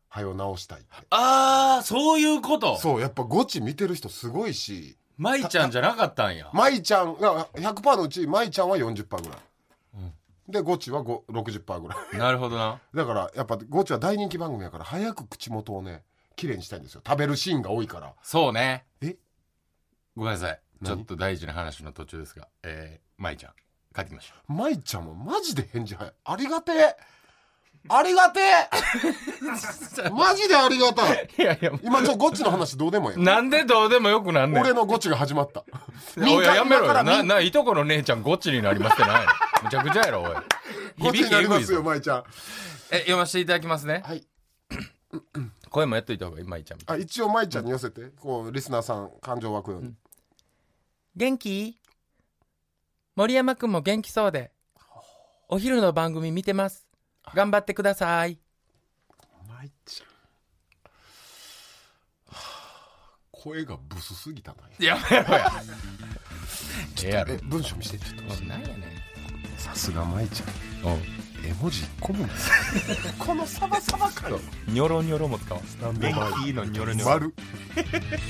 Speaker 3: はよ直したいって
Speaker 2: ああそういうこと
Speaker 3: そうやっぱゴチ見てる人すごいし
Speaker 2: 舞ちゃんじゃなかったんや
Speaker 3: 舞ちゃんが100%のうち舞ちゃんは40%ぐらい、でゴチはご60%ぐらい
Speaker 2: なるほどな
Speaker 3: だからやっぱゴチは大人気番組やから早く口元をね綺麗にしたいんですよ食べるシーンが多いから
Speaker 2: そうね
Speaker 3: え
Speaker 2: ごめんなさいちょ
Speaker 3: 何
Speaker 2: っと大事な話の途中ですがえー、舞ちゃん帰ってきましょ
Speaker 3: 舞ちゃんもマジで返事早いありがてえありがてえマジでありがた いう
Speaker 2: いやいや
Speaker 3: 今ちょっとゴチの話どうでもいい
Speaker 2: なんでどうでもよくなんねん
Speaker 3: 俺のゴチが始まった。
Speaker 2: おいややめろ
Speaker 3: 今か
Speaker 2: よ
Speaker 3: ら
Speaker 2: な
Speaker 3: 民
Speaker 2: な、いとこの姉ちゃんゴチになりますってないむちゃくちゃや ろお
Speaker 3: ゴ
Speaker 2: い響
Speaker 3: チに
Speaker 2: き
Speaker 3: な
Speaker 2: え
Speaker 3: り
Speaker 2: ぐ
Speaker 3: ま
Speaker 2: い
Speaker 3: す
Speaker 2: ぞ
Speaker 3: よ、舞ちゃん。
Speaker 2: え読ませていただきますね
Speaker 3: はい。
Speaker 2: 声もやっといた方がいい舞ちゃん
Speaker 3: あ、一応舞ちゃんに寄せて、こう、リスナーさん、感情湧くように。
Speaker 7: 元気森山くんも元気そうで。お昼の番組見てます。頑張ってください。
Speaker 3: 舞ちゃん。はあ声がブスすぎたな。
Speaker 2: やめろ やええやろ
Speaker 3: え、文章見せて、ちょっと。
Speaker 2: なんやねん
Speaker 3: さすが舞ちゃん。絵文字一個もない。 このサバサバ感。
Speaker 2: ニョロニョロも使わん
Speaker 3: なんでも
Speaker 2: いいのニョロニョロ
Speaker 3: 丸。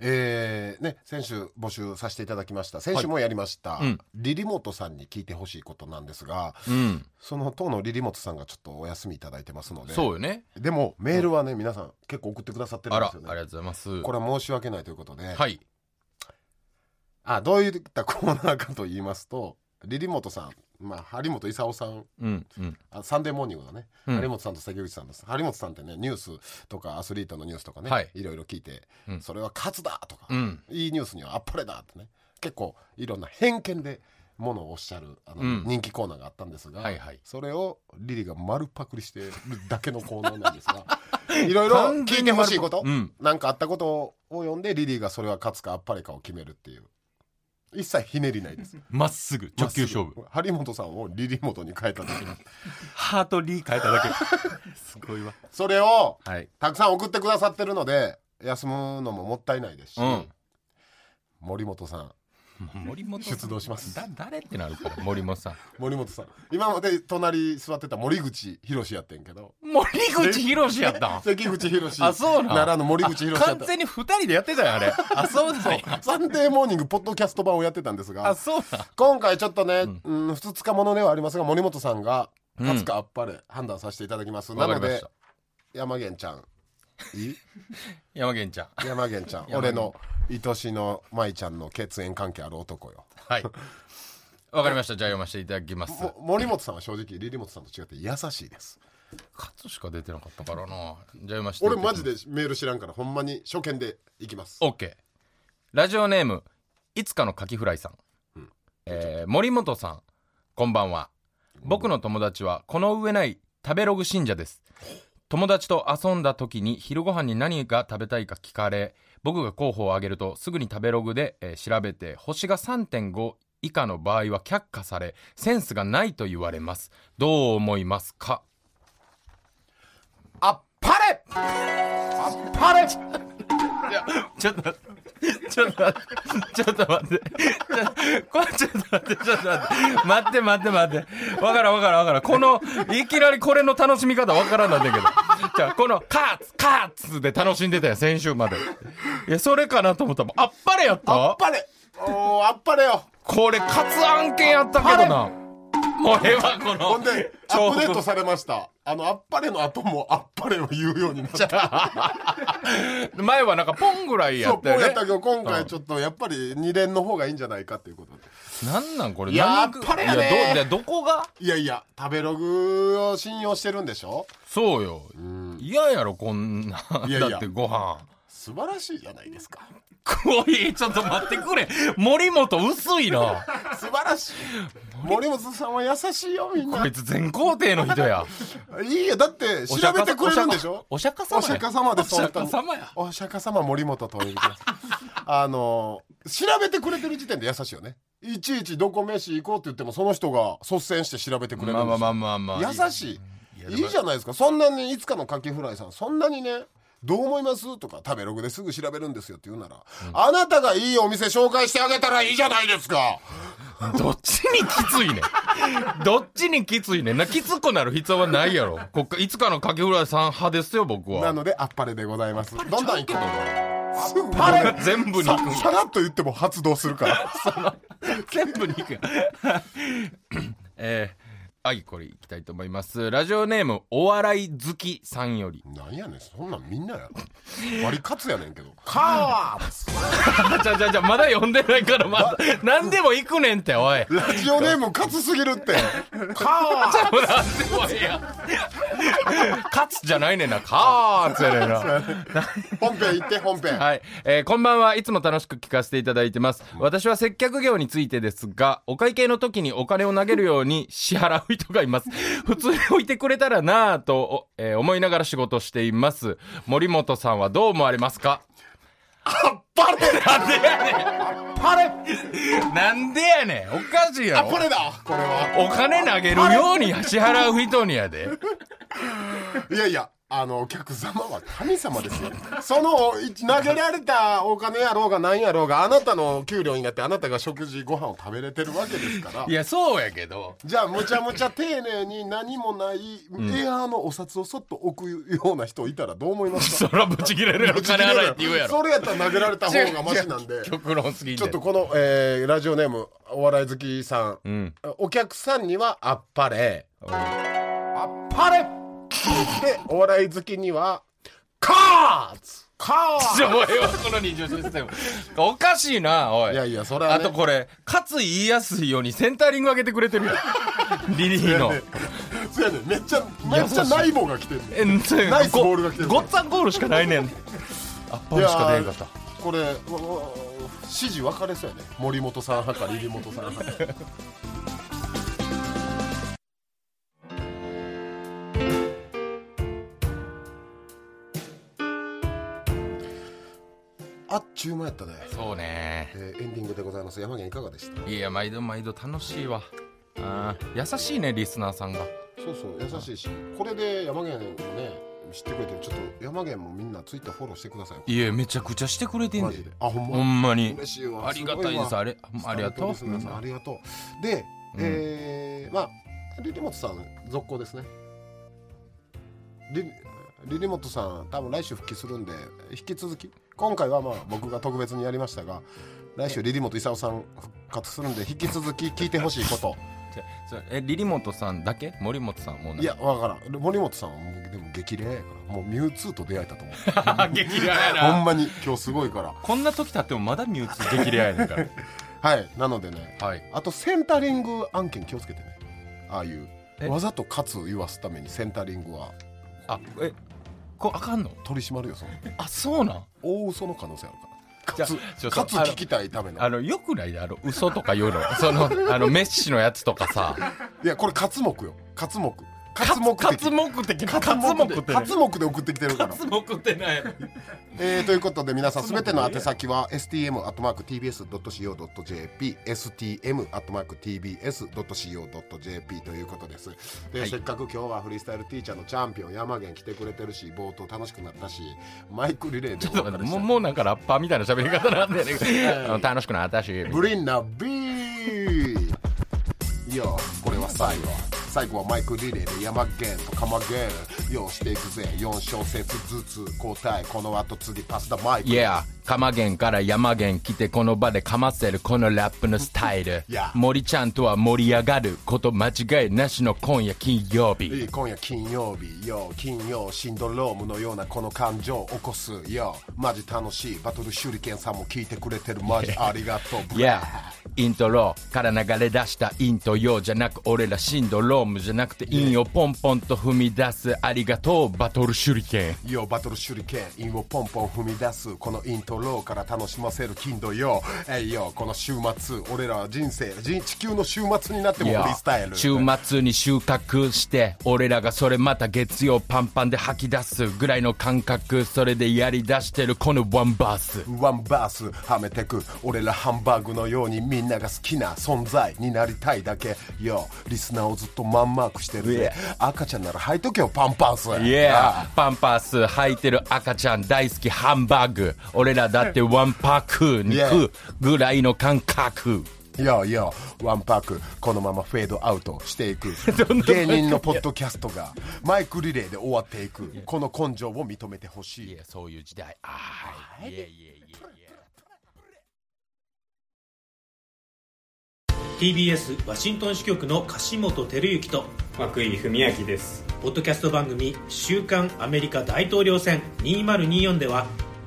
Speaker 3: えーね、先週募集させていただきました先週もやりました、
Speaker 2: いうん
Speaker 3: リリモートさんに聞いてほしいことなんですが
Speaker 2: うん
Speaker 3: その当のリリモトさんがちょっとお休みいただいてますので
Speaker 2: そうよね
Speaker 3: でもメールはね皆さん結構送ってくださってる
Speaker 2: あ
Speaker 3: んで
Speaker 2: らあ
Speaker 3: すよ
Speaker 2: り
Speaker 3: ね
Speaker 2: がとうございます
Speaker 3: これは申し訳ないということで、
Speaker 2: はい
Speaker 3: あどういったコーナーかと言いますとリリモトさん、まあ、張本勲さん
Speaker 2: うんうん
Speaker 3: あサンデーモーニングのね、
Speaker 2: うん
Speaker 3: 張本さんと関口さんです張本さんってねニュースとかアスリートのニュースとかね、
Speaker 2: はい
Speaker 3: い、ろいろ聞いて、
Speaker 2: うん
Speaker 3: それは勝つだとか、
Speaker 2: うん
Speaker 3: いいニュースにはあっぱれだってね結構いろんな偏見でものをおっしゃるあの、
Speaker 2: うん
Speaker 3: 人気コーナーがあったんですが、
Speaker 2: はいはい
Speaker 3: それをリリが丸パクリしてるだけのコーナーなんです がいろいろ
Speaker 2: 完
Speaker 3: 聞
Speaker 2: 全
Speaker 3: い
Speaker 2: に
Speaker 3: て
Speaker 2: 丸パ
Speaker 3: ほしいこと、
Speaker 2: うん
Speaker 3: なんかあったことを読んでリリーがそれは勝つかあっぱれかを決めるっていう一切ひねりないです
Speaker 2: まっすぐ直球勝負
Speaker 3: 張本さんをリリ元に変えた時に
Speaker 2: ハートリー変えただけ すごいわ
Speaker 3: それを
Speaker 2: はい
Speaker 3: たくさん送ってくださってるので休むのももったいないですし、
Speaker 2: うん
Speaker 3: 森本さん
Speaker 2: 森本さん
Speaker 3: 出動します
Speaker 2: だ誰ってなるから森本さん
Speaker 3: 森本さん今まで隣座ってた森口博やってんけど
Speaker 2: 森口博士やったん
Speaker 3: 関口博
Speaker 2: あそうなん
Speaker 3: ならぬ森口博やっ
Speaker 2: 完
Speaker 3: た
Speaker 2: 全に二人でやってたよあ れあそうだよ
Speaker 3: サンデーモーニングポッドキャスト版をやってたんですが
Speaker 2: あそうだ
Speaker 3: 今回ちょっとね、うん、ふつつかものではありますが森本さんが勝つかあっぱれ判断させていただきます、な
Speaker 2: わか
Speaker 3: の
Speaker 2: りまし
Speaker 3: で
Speaker 2: た
Speaker 3: 山源ちゃんいい
Speaker 2: 山源ちゃん
Speaker 3: 山源ちゃん
Speaker 2: 源
Speaker 3: 俺の愛しの舞ちゃんの血縁関係ある男よ
Speaker 2: はいわかりましたじゃあ読ませていただきます
Speaker 3: も森本さんは正直リリモトさんと違って優しいです
Speaker 2: カツしか出てなかったからなじゃあ読ませていた
Speaker 3: 俺
Speaker 2: だきます
Speaker 3: マジでメール知らんからほんまに初見でいきます
Speaker 2: オッケーラジオネームいつかのカキフライさん、えー森本さんこんばんは僕の友達はこの上ない食べログ信者です友達と遊んだ時に昼ご飯に何が食べたいか聞かれ僕が候補を挙げるとすぐに食べログで、えー調べて星が3.5以下の場合は却下されセンスがないと言われますどう思いますかあっぱれあっぱれちょっと待って、ちょっと待って、ちょっと待って、ちょこれちょっと待って、ちょっと待って、待って待って待って、わからんわからんわからん、この、いきなりこれの楽しみ方わからんなんだけど、じゃあこのカーツ、カーツで楽しんでたやん、先週まで。いや、それかなと思ったら、あっぱれやった
Speaker 3: あっぱれおーあっぱれよ
Speaker 2: これ、カツ案件やったけどな。これはこの、
Speaker 3: ほんでア
Speaker 2: 彫
Speaker 3: ップ
Speaker 2: 刻
Speaker 3: デートされましたあのあっぱれの後もあっぱれを言うようにな った
Speaker 2: 前はなんかポンぐらいや
Speaker 3: そ
Speaker 2: っ
Speaker 3: うこ
Speaker 2: たよ
Speaker 3: うや
Speaker 2: ね
Speaker 3: った。けど今回ちょっとやっぱり二連の方がいいんじゃないかっていうことで
Speaker 2: なんなんこれ、
Speaker 3: いや
Speaker 2: 何
Speaker 3: あっぱれやね
Speaker 2: いやど、どどこが
Speaker 3: いやいや食べログを信用してるんでしょ
Speaker 2: そうよ。嫌やろ、こんな。
Speaker 3: いやいや
Speaker 2: だってご飯。
Speaker 3: 素晴らしいじゃないです か
Speaker 2: こい、ちょっと待ってくれ。森本薄いな。
Speaker 3: 素晴らしい森本さんは優しいよみんな
Speaker 2: こいつ全皇帝の人や。
Speaker 3: いいよだって 調べてくれるんでしょ
Speaker 2: お釈迦様
Speaker 3: お釈迦様です
Speaker 2: お釈迦様や。
Speaker 3: お釈迦様森本とお呼びください あの調べてくれてる時点で優しいよねいちいちどこ飯行こうって言ってもその人が率先して調べてくれるんです
Speaker 2: まあ
Speaker 3: よ、
Speaker 2: まあまあまあまあ。
Speaker 3: 優しい
Speaker 2: や
Speaker 3: いいじゃないですかそんなにいつかのカキフライさんそんなにねどう思いますとか食べログですぐ調べるんですよって言うなら、あなたがいいお店紹介してあげたらいいじゃないですか
Speaker 2: どっちにきついねん どっちにきついねんな、きつくなる必要はないやろ。こっかいつかの柿浦さん派ですよ、僕
Speaker 3: な
Speaker 2: は。
Speaker 3: のであっぱれでございますどんどん行くすぐ
Speaker 2: 全部に行く
Speaker 3: ささらっと言っても発動するから
Speaker 2: 全部に行く よえー、はい、これいきたいと思います。ラジオネーム、お笑い好きさんより。
Speaker 3: なんやねんそんなんみんなやろ割り勝つやねんけどカー
Speaker 2: じゃじゃじゃまだ読んでないから まだ何でも行くねんっておい。
Speaker 3: ラジオネーム勝つすぎるってカ
Speaker 2: ちゃう なんでもええやん。 勝つじゃないねんな。かーつやねんな。
Speaker 3: ー本編行って本編
Speaker 2: はい、えーこんばんはいつも楽しく聞かせていただいてます私は接客業についてですがお会計の時にお金を投げるように支払う人がい ます普通に置いてくれたらなぁと、おえー思いながら仕事しています森本さんはどう思われますか
Speaker 3: バレ
Speaker 2: なんでやねんあれなんでやねんおかしいや
Speaker 3: あ
Speaker 2: ろ
Speaker 3: これだこれ
Speaker 2: お
Speaker 3: は
Speaker 2: 金投げるように支払う人にやで
Speaker 3: いやいや、あの、お客様は神様ですよ。その、い投げられたお金やろうが何やろうが、あなたの給料になって、あなたが食事、ご飯を食べれてるわけですから
Speaker 2: い。やそうやけど
Speaker 3: じゃあ、むちゃむちゃ丁寧に何もない、エアーのお札をそっと置くような人いたらどう思いますか
Speaker 2: そらブチ切れるやろ金払えって言うやろ
Speaker 3: それやったら投げられた方がマシなんで。
Speaker 2: 極論すぎ
Speaker 3: ちょっと
Speaker 2: て
Speaker 3: この、えーラジオネーム、お笑い好きさん。お客さんにはあっぱれ。あっぱれで、お笑い好きには、カーツカー
Speaker 2: ちょお前はこの二乗システムおかしいなおい
Speaker 3: いやいや、それは、
Speaker 2: あ
Speaker 3: ね、
Speaker 2: とこれ勝言いやすいようにセンタリング上げてくれてる やんリリーの
Speaker 3: そうやねんめっちゃ、めっちゃ内棒が来てるねん
Speaker 2: えんそうや
Speaker 3: ナイスボールが来てる
Speaker 2: ごごっつぁんゴールしかないねんあっぱれしか出えんかった
Speaker 3: いやーこれ、わわ指示分かれそうやね。森本さん派か、リリ本さん派か。あっちゅう間やったね。
Speaker 2: そうね
Speaker 3: えーエンディングでございます。山源いかがでした。
Speaker 2: いや毎度毎度楽しいわあー優しいねリスナーさんが
Speaker 3: そうそう、優しいし、これで山源もね、知ってくれてる、ちょっと山源もみんなツイッターフォローしてください。
Speaker 2: いやめちゃくちゃしてくれてん
Speaker 3: マ
Speaker 2: で
Speaker 3: ジで。あ、ほんま。
Speaker 2: ほんまに
Speaker 3: 嬉しいわ。
Speaker 2: ありがたいです
Speaker 3: ごわ
Speaker 2: あれありがとう
Speaker 3: スタンドリスナーさんありがとう。で、えー、まあ、リリモトさん、続行ですね。リリリリモトさん、多分来週復帰するんで、引き続き、今回はまあ僕が特別にやりましたが、来週、リリモト功さん復活するんで、引き続き聞いてほしい こと。
Speaker 2: じゃそれえリリモトさんだけ森本さんもうない
Speaker 3: や、わからん。森本さんはもうでも激励やから、もうミュウツーと出会え たと思う。
Speaker 2: 激レアや
Speaker 3: ほんまに、今日すごいから。
Speaker 2: こんな時経ってもまだミュウツー激レアやねんから
Speaker 3: はい、なのでね、
Speaker 2: はい
Speaker 3: あとセンタリング案件気をつけてねああいう
Speaker 2: え
Speaker 3: わざと勝つ言わすためにセンタリングは
Speaker 2: あえこあかんの
Speaker 3: 取り締まるよその
Speaker 2: あそうなん
Speaker 3: 大嘘の可能性あるから
Speaker 8: じゃあちょっと
Speaker 3: カツ
Speaker 8: あの
Speaker 3: 聞きたいための
Speaker 8: あのよくないであの嘘とか言う のそのあのメッシのやつとかさ
Speaker 3: いやこれ活目よ活目活目
Speaker 8: カ
Speaker 3: 的
Speaker 8: ツ目的カツ
Speaker 3: 活目
Speaker 8: 目
Speaker 3: で
Speaker 8: って
Speaker 3: 活目で送ってきてるから
Speaker 8: カツ目ってない
Speaker 3: えーということで皆さんすべての宛先は stm.tbs.co.jp stm.tbs.co.jp ということですで、せっかく今日はフリースタイルティーチャーのチャンピオン山源来てくれてるし冒頭楽しくなったしマイクリレーで
Speaker 8: ちょっと待ってもう
Speaker 3: も
Speaker 8: もうなんかラッパーみたいな喋り方なん だよねあの楽しくなったし
Speaker 3: ブリンナビーよこれは最後最後はマイクリレーで山源と鎌源よしていくぜ4小節ずつ交代この後次パスだマイク
Speaker 8: Yeah 釜源から山源来てこの場でかませるこのラップのスタイル
Speaker 3: Yeah
Speaker 8: 森ちゃんとは盛り上がること間違いなしの今夜金曜
Speaker 3: い
Speaker 8: 日
Speaker 3: い今夜金曜日よ金曜シンドロームのようなこの感情を起こすよマジ楽しいバトル手裏剣さんも聞いてくれてる マジありがとう
Speaker 8: Yeah イントロから流れ出したインとヨじゃなく俺らシンドロームじゃなくてインをポンポンと踏み出すありがとうバトル手裏剣
Speaker 3: よバトル手裏剣韻をポンポン踏み出すこのイントロから楽しませる金土よえいよこの週末俺らは人生人地球の週末になっても
Speaker 8: い
Speaker 3: フリ
Speaker 8: や
Speaker 3: ースタイル
Speaker 8: 週末に収穫して俺らがそれまた月曜パンパンで吐き出すぐらいの感覚それでやりだしてるこのワンバース
Speaker 3: ワンバースはめてく俺らハンバーグのようにみんなが好きな存在になりたいだけよリスナーをずっとマンマークしてるぜ赤ちゃんなら履いとけよパンパンス
Speaker 8: Yeah パンパース履いてる赤ちゃん大好きハンバーグ俺らだってワンパックに
Speaker 3: Yeah
Speaker 8: 食うぐらいの感覚
Speaker 3: よいよワンパックこのままフェードアウトしていく芸人のポッドキャストがマイクリレーで終わっていくこの根性を認めてほしい
Speaker 8: いやそういう時代ああいやいやいや
Speaker 9: TBS ワシントン支局の樫本照之と
Speaker 10: 涌井文明です
Speaker 9: ポッドキャスト番組「週刊アメリカ大統領選2024」では